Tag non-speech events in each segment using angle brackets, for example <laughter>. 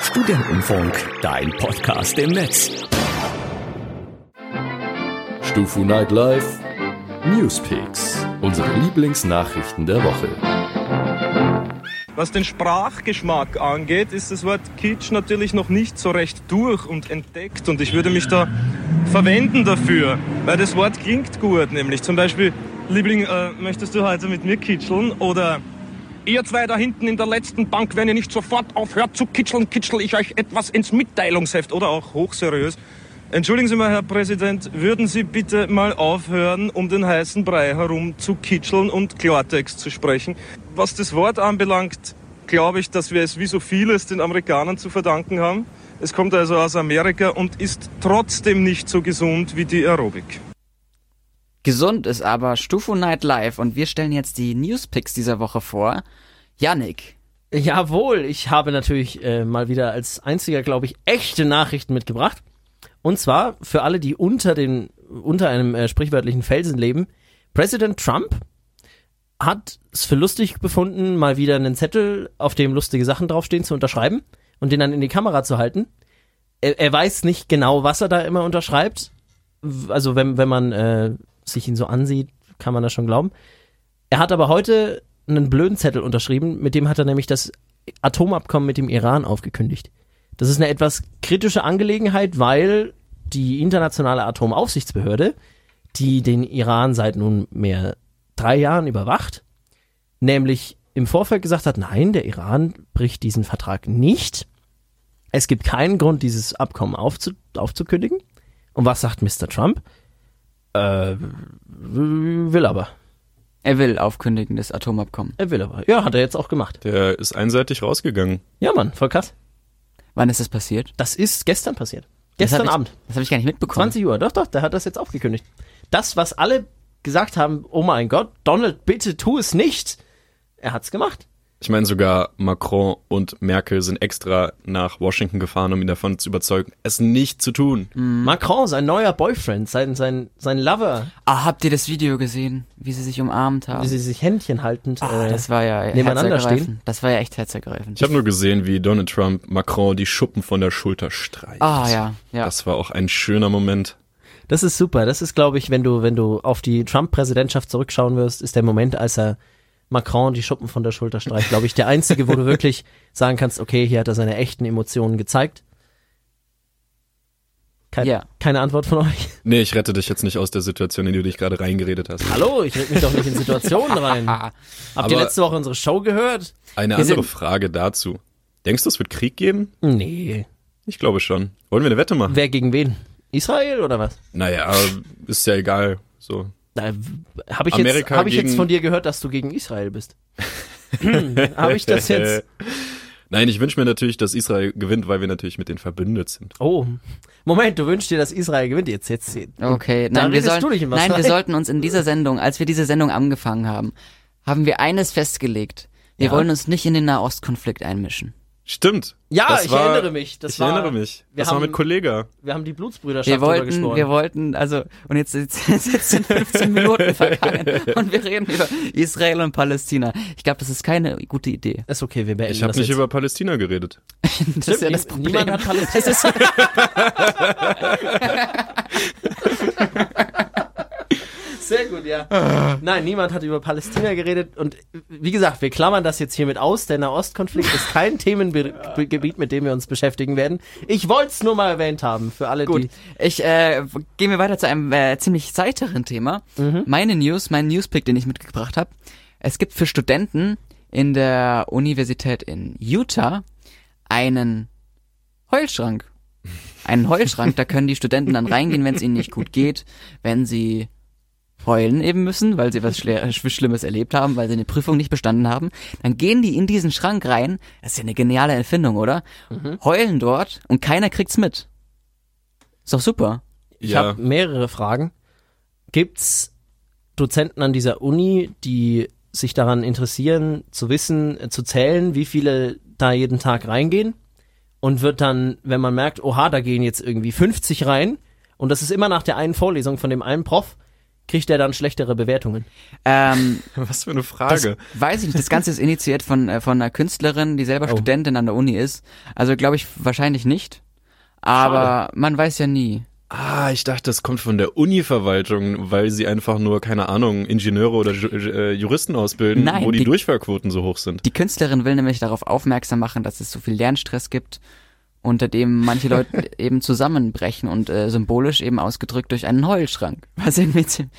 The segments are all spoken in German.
Studentenfunk, dein Podcast im Netz. Stufu Nightlife Newspeaks, unsere Lieblingsnachrichten der Woche. Was den Sprachgeschmack angeht, ist das Wort Kitsch natürlich noch nicht so recht durch und entdeckt und ich würde mich da verwenden dafür, weil das Wort klingt gut, nämlich zum Beispiel, Liebling, äh, möchtest du heute mit mir kitscheln oder ihr zwei da hinten in der letzten Bank, wenn ihr nicht sofort aufhört zu kitscheln, kitschel ich euch etwas ins Mitteilungsheft oder auch hochseriös. Entschuldigen Sie mal, Herr Präsident, würden Sie bitte mal aufhören, um den heißen Brei herum zu kitscheln und Klartext zu sprechen? Was das Wort anbelangt, glaube ich, dass wir es wie so vieles den Amerikanern zu verdanken haben. Es kommt also aus Amerika und ist trotzdem nicht so gesund wie die Aerobik. Gesund ist aber Stufu Night Live und wir stellen jetzt die Newspicks dieser Woche vor. Yannick, Jawohl, ich habe natürlich äh, mal wieder als einziger, glaube ich, echte Nachrichten mitgebracht. Und zwar für alle, die unter, den, unter einem äh, sprichwörtlichen Felsen leben. Präsident Trump hat es für lustig befunden, mal wieder einen Zettel, auf dem lustige Sachen draufstehen, zu unterschreiben und den dann in die Kamera zu halten. Er, er weiß nicht genau, was er da immer unterschreibt. W- Also wenn, wenn man äh, sich ihn so ansieht, kann man das schon glauben. Er hat aber heute einen blöden Zettel unterschrieben, mit dem hat er nämlich das Atomabkommen mit dem Iran aufgekündigt. Das ist eine etwas kritische Angelegenheit, weil die internationale Atomaufsichtsbehörde, die den Iran seit nunmehr drei Jahren überwacht, nämlich im Vorfeld gesagt hat, nein, der Iran bricht diesen Vertrag nicht. Es gibt keinen Grund, dieses Abkommen aufzu aufzukündigen. Und was sagt Mr. Trump? Äh, will aber. er will aufkündigen das Atomabkommen. Er will aber. Ja, hat er jetzt auch gemacht. Der ist einseitig rausgegangen. Ja, Mann, voll krass. Wann ist das passiert? Das ist gestern passiert. Das hab Gestern ich, Abend, Das habe ich gar nicht mitbekommen. 20 Uhr. Doch, doch, der hat das jetzt aufgekündigt. Das, was alle gesagt haben, oh mein Gott, Donald, bitte tu es nicht. Er hat's gemacht. Ich meine, sogar Macron und Merkel sind extra nach Washington gefahren, um ihn davon zu überzeugen, es nicht zu tun. Mhm. Macron, sein neuer Boyfriend, sein, sein, sein Lover, Ah, habt ihr das Video gesehen, wie sie sich umarmt haben? wie sie sich Händchen haltend. ah, äh, das war ja nebeneinander herzergreifend. Das war ja echt herzergreifend. Ich habe nur gesehen, wie Donald Trump Macron die Schuppen von der Schulter streicht. Ah ja, ja. Das war auch ein schöner Moment. Das ist super. Das ist, glaube ich, wenn du, wenn du auf die Trump-Präsidentschaft zurückschauen wirst, ist der Moment, als er Macron die Schuppen von der Schulter streicht, glaube ich, der einzige, wo du wirklich sagen kannst, okay, hier hat er seine echten Emotionen gezeigt. Kein, Ja. Keine Antwort von euch. Nee, ich rette dich jetzt nicht aus der Situation, in die du dich gerade reingeredet hast. Hallo, ich rede mich doch nicht in Situationen <laughs> rein. Habt ihr Aber- letzte Woche unsere Show gehört? Eine Wir andere sind- Frage dazu. Denkst du, es wird Krieg geben? Nee. Ich glaube schon. Wollen wir eine Wette machen? Wer gegen wen? Israel oder was? Naja, ist ja egal. So. Habe ich, jetzt, Amerika hab ich jetzt gegen- von dir gehört, dass du gegen Israel <laughs> bist? Habe ich das jetzt? Nein, ich wünsche mir natürlich, dass Israel gewinnt, weil wir natürlich mit denen verbündet sind. Oh, Moment, du wünschst dir, dass Israel gewinnt jetzt. jetzt Okay, Da nein, wir redest du dich sollen, immer nein, wir frei. sollten uns in dieser Sendung, als wir diese Sendung angefangen haben, haben wir eines festgelegt. Wir Ja. wollen uns nicht in den Nahostkonflikt einmischen. Stimmt. Ja, Das ich war- erinnere mich. Das ich war, erinnere mich. wir das war haben- mit Kollega. Wir haben die Blutsbrüderschaft Wir drüber wollten, gesprochen. wir wollten, also, und jetzt, jetzt, <laughs> jetzt sind 15 Minuten <laughs> vergangen und wir reden über Israel und Palästina. Ich glaube, das ist keine gute Idee. ist okay, wir beenden Ich habe das nicht jetzt. über Palästina geredet. Das ist ja das Stimmt, nie- Problem. Niemand hat Palästina. Das ist, Sehr gut, Ah. ja. Nein, niemand hat über Palästina geredet. Und wie gesagt, wir klammern das jetzt hiermit aus. Der Nahostkonflikt ist kein Themengebiet, mit dem wir uns beschäftigen werden. Ich wollte es nur mal erwähnt haben für alle, Gut, die... ich äh, gehen wir weiter zu einem äh, ziemlich heiteren Thema. Meine News, mein Newspick, den ich mitgebracht habe. Es gibt für Studenten in der Universität in Utah einen Heulschrank. Einen Heulschrank, da können die Studenten dann reingehen, wenn es ihnen nicht gut geht, wenn sie heulen eben müssen, weil sie was Schle äh, Sch- Schlimmes erlebt haben, weil sie eine Prüfung nicht bestanden haben, dann gehen die in diesen Schrank rein. Das ist ja eine geniale Erfindung, oder? Heulen dort und keiner kriegt's mit. Ist doch super. Ich ja. habe mehrere Fragen. Gibt's Dozenten an dieser Uni, die sich daran interessieren, zu wissen, äh, zu zählen, wie viele da jeden Tag reingehen? Und wird dann, wenn man merkt, oha, da gehen jetzt irgendwie 50 rein, und das ist immer nach der einen Vorlesung von dem einen Prof, kriegt er dann schlechtere Bewertungen? Ähm, <laughs> Was für eine das Frage. weiß ich nicht. Das Ganze ist initiiert von, äh, von einer Künstlerin, die Oh. selber Studentin an der Uni ist. Also glaube ich wahrscheinlich nicht. Aber man weiß ja nie. ah, ich dachte, das kommt von der Uni-Verwaltung, weil sie einfach nur, keine Ahnung, Ingenieure oder Ju äh, Juristen ausbilden, Nein, wo die, die- Durchfallquoten so hoch sind. Die Künstlerin will nämlich darauf aufmerksam machen, dass es so viel Lernstress gibt, unter dem manche <laughs> Leute eben zusammenbrechen und äh, symbolisch eben ausgedrückt durch einen Heulschrank. Was irgendwie ziem-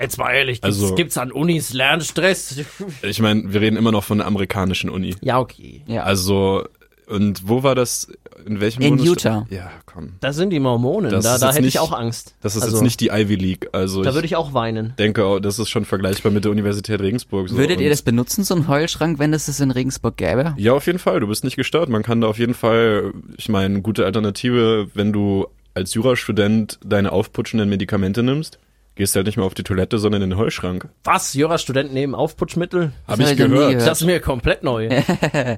Jetzt mal ehrlich, gibt's- Also- gibt's an Unis Lernstress? Ich meine, wir reden immer noch von der amerikanischen Uni. <laughs> Ja, okay. ja. Also, und wo war das? In welchem In Bundesstaat? Utah. Ja, komm. Das sind die Mormonen, Das da, ist da jetzt hätte ich nicht- auch Angst. Das ist also, jetzt nicht die Ivy League. Also Da ich- würde ich auch weinen. denke, auch, das ist schon vergleichbar mit der Universität Regensburg. So. Würdet ihr Und- das benutzen, so einen Heulschrank, wenn es es in Regensburg gäbe? Ja, auf jeden Fall. Du bist nicht gestört. Man kann da auf jeden Fall, ich meine, gute Alternative, wenn du als Jurastudent deine aufputschenden Medikamente nimmst, gehst halt nicht mehr auf die Toilette, sondern in den Heuschrank. Was? Jurastudenten nehmen Aufputschmittel? Habe hab ich ich noch nie gehört. gehört. Das ist mir <laughs> komplett neu.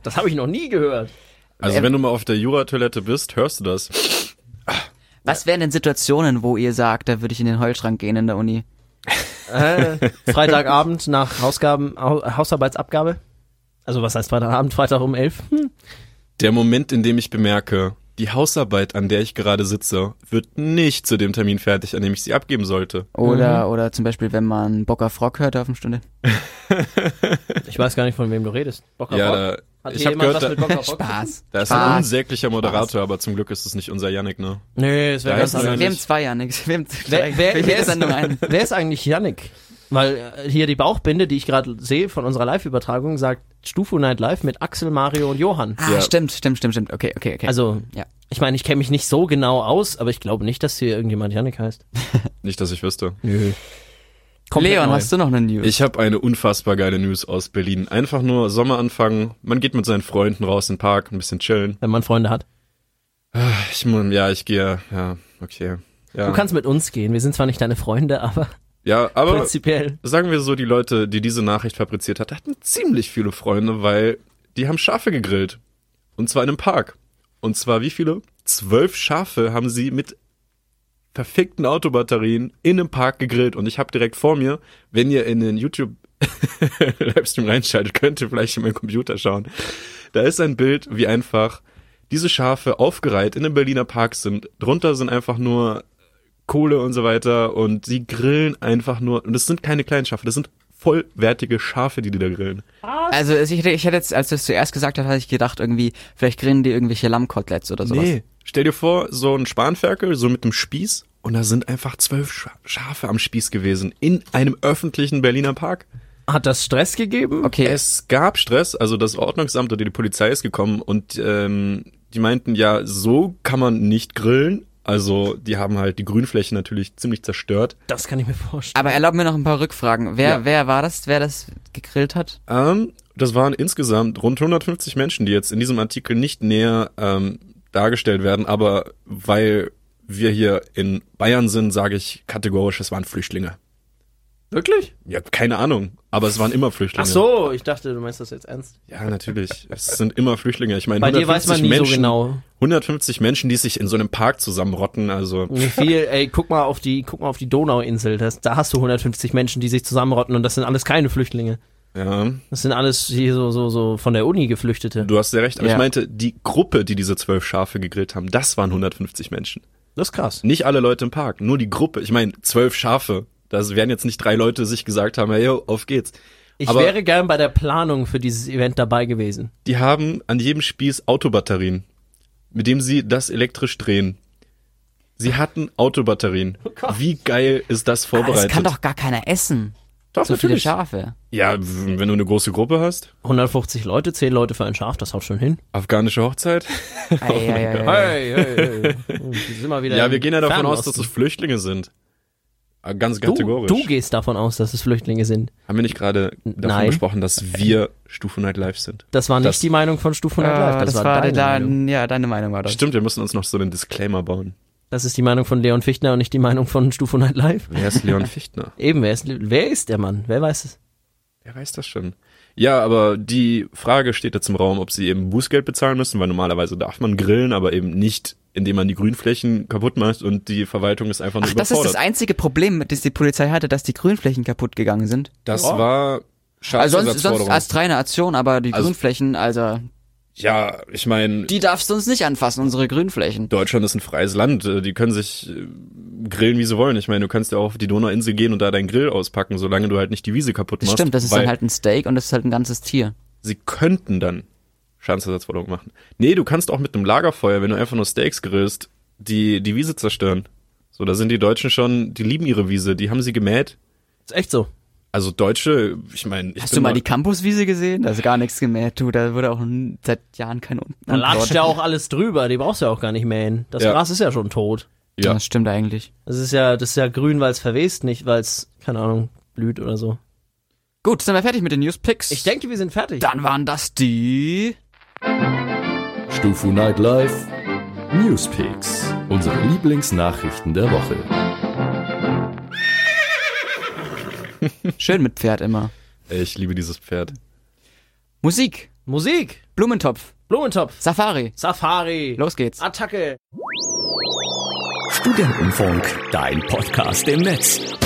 das habe ich noch nie gehört. Also wenn du mal auf der Juratoilette bist, hörst du das. Was wären denn Situationen, wo ihr sagt, da würde ich in den Heulschrank gehen in der Uni? Äh, Freitagabend nach Hausgaben, Hau- Hausarbeitsabgabe. Also was heißt Freitagabend? Freitag um elf? Hm. Der Moment, in dem ich bemerke, die Hausarbeit, an der ich gerade sitze, wird nicht zu dem Termin fertig, an dem ich sie abgeben sollte. Oder, Mhm. oder zum Beispiel, wenn man Bocker Frock hört auf dem Stunde. Ich weiß gar nicht, von wem du redest. Bock auf ja, Bock? da, Hat ich hier habe jemand was gehört, da, mit Bock auf Bock? Spaß. da ist ein Spaß. unsäglicher Moderator, aber zum Glück ist es nicht unser Yannick, ne? Nee, es wäre Da ganz ist anders. einer. Wir haben zwei, Janik. Wir haben Wer, wer, für wer, jede ist, Sendung einen. <laughs> wer ist eigentlich Yannick? Weil äh, hier die Bauchbinde, die ich gerade sehe von unserer Live-Übertragung, sagt Stufu Night Live mit Axel, Mario und Johann. <laughs> Ah, Ja. stimmt, stimmt, stimmt, stimmt. Okay, okay, okay. Also, Ja. ich meine, ich kenne mich nicht so genau aus, aber ich glaube nicht, dass hier irgendjemand Yannick heißt. Nicht, dass ich wüsste. Nö. Leon, hast du noch eine News? Ich habe eine unfassbar geile News aus Berlin. Einfach nur Sommer anfangen. Man geht mit seinen Freunden raus in den Park, ein bisschen chillen. Wenn man Freunde hat. Ich, mu- ja, ich gehe. Ja, okay. Ja, Du kannst mit uns gehen. Wir sind zwar nicht deine Freunde, <laughs> aber ja Oh. aber prinzipiell. sagen wir so, die Leute, die diese Nachricht fabriziert hat, hatten ziemlich viele Freunde, weil die haben Schafe gegrillt. Und zwar in einem Park. Und zwar wie viele? Zwölf Schafe haben sie mit verfickten Autobatterien in einem Park gegrillt. Und ich habe direkt vor mir, wenn ihr in den YouTube <laughs> Livestream reinschaltet, könnt ihr vielleicht in meinen Computer schauen. Da ist ein Bild, wie einfach diese Schafe aufgereiht in einem Berliner Park sind. Drunter sind einfach nur Kohle und so weiter und sie grillen einfach nur. Und das sind keine kleinen Schafe, das sind vollwertige Schafe, die die da grillen. Also ich hätte, ich hätte jetzt, als du es zuerst gesagt hast, hatte ich gedacht, irgendwie, vielleicht grillen die irgendwelche Lammkoteletts oder sowas. Stell dir vor, so ein Spanferkel, so mit einem Spieß und da sind einfach zwölf Scha Schafe am Spieß gewesen in einem öffentlichen Berliner Park. Hat das Stress gegeben? Okay, Es gab Stress, also das Ordnungsamt oder die Polizei ist gekommen und ähm, die meinten, ja, so kann man nicht grillen. Also die haben halt die Grünfläche natürlich ziemlich zerstört. Das kann ich mir vorstellen. aber erlaub mir noch ein paar Rückfragen. Wer, Ja. wer war das, wer das gegrillt hat? Ah, Ähm, das waren insgesamt rund 150 Menschen, die jetzt in diesem Artikel nicht näher ähm, dargestellt werden, aber weil wir hier in Bayern sind, sage ich kategorisch, es waren Flüchtlinge. Wirklich? Ja, keine Ahnung, aber es waren immer Flüchtlinge. Ach so, ich dachte, du meinst das jetzt <laughs> ernst. Ja, natürlich. Es sind immer Flüchtlinge. Ich meine, Bei dir weiß 150 man nie Menschen, so genau. 150 Menschen, die sich in so einem Park zusammenrotten, also Mir fiel, ey, guck mal auf die, guck mal auf die Donauinsel. Das, da hast du 150 Menschen, die sich zusammenrotten und das sind alles keine Flüchtlinge. ja. Das sind alles hier so, so, so von der Uni Geflüchtete. Du hast sehr recht, aber Ja. ich meinte, die Gruppe, die diese zwölf Schafe gegrillt haben, das waren 150 Menschen. Das ist krass. Nicht alle Leute im Park, nur die Gruppe. Ich meine, zwölf Schafe. Da werden jetzt nicht drei Leute sich gesagt haben, hey, yo, auf geht's. Ich Aber- wäre gern bei der Planung für dieses Event dabei gewesen. Die haben an jedem Spieß Autobatterien, mit dem sie das elektrisch drehen. Sie hatten Autobatterien. Wie geil ist das Aber Das vorbereitet? kann doch gar keiner essen. Doch, So viele Schafe. Ja, w- wenn du eine große Gruppe hast, 150 Leute, 10 Leute für ein Schaf, das haut schon hin. afghanische Hochzeit. Oh Ei, ei, ei, ei. Hey, <laughs> hey, hey. Sind Oh, wir wieder <laughs> Ja, im wir gehen ja davon aus, Fernost. dass es Flüchtlinge sind. Ah, Ganz du, kategorisch. du gehst davon aus, dass es Flüchtlinge sind. haben wir nicht gerade davon Nein. gesprochen, dass wir Stufe Night Live sind? Das war nicht Das- die Meinung von Stufe Äh, 100 Live, das, das, war war deine Meinung. dein, ja, deine Meinung war das. Stimmt, wir müssen uns noch so einen Disclaimer bauen. Das ist die Meinung von Leon Fichtner und nicht die Meinung von Stufe 100 Live. <laughs> Wer ist Leon Fichtner? Eben, wer ist, wer ist der Mann? Wer weiß es? Wer weiß das schon? Ja, aber die Frage steht jetzt im Raum, ob sie eben Bußgeld bezahlen müssen, weil normalerweise darf man grillen, aber eben nicht, indem man die Grünflächen kaputt macht und die Verwaltung ist einfach nur Ach, das ist überfordert. das einzige Problem, das die Polizei hatte, dass die Grünflächen kaputt gegangen sind. das war Also sonst, sonst Schadensersatzforderung. als reine Aktion, aber die Also- Grünflächen, also ja, ich meine, die darfst du uns nicht anfassen, unsere Grünflächen. Deutschland ist ein freies Land. äh, Die können sich äh, grillen, wie sie wollen. Ich meine, du kannst ja auch auf die Donauinsel gehen und da deinen Grill auspacken, solange du halt nicht die Wiese kaputt Das machst. stimmt, das ist weil dann halt ein Steak und das ist halt ein ganzes Tier. Sie könnten dann Schadensersatzforderung machen. Nee, du kannst auch mit einem Lagerfeuer, wenn du einfach nur Steaks grillst, die, die Wiese zerstören. So, da sind die Deutschen schon, die lieben ihre Wiese, die haben sie gemäht. Ist echt so. Also Deutsche, ich meine, ich Hast bin du mal die Campuswiese gesehen? Da ist gar nichts gemäht, du, da wurde auch n- seit Jahren kein Un Da latscht Unkraut. ja auch alles drüber, die brauchst du ja auch gar nicht mähen. Das Ja. Gras ist ja schon tot. ja. Das stimmt eigentlich. Das ist ja, das ist ja grün, weil es verwest, nicht weil es, keine Ahnung, blüht oder so. Gut, sind wir fertig mit den Newspicks? Ich denke, wir sind fertig. Dann waren das die... Stufu Nightlife Newspicks. Unsere Lieblingsnachrichten der Woche. Schön mit Pferd immer. ich liebe dieses Pferd. Musik, Musik, Blumentopf, Blumentopf, Safari. Safari, Los geht's. Attacke. Studentenfunk, dein Podcast im Netz.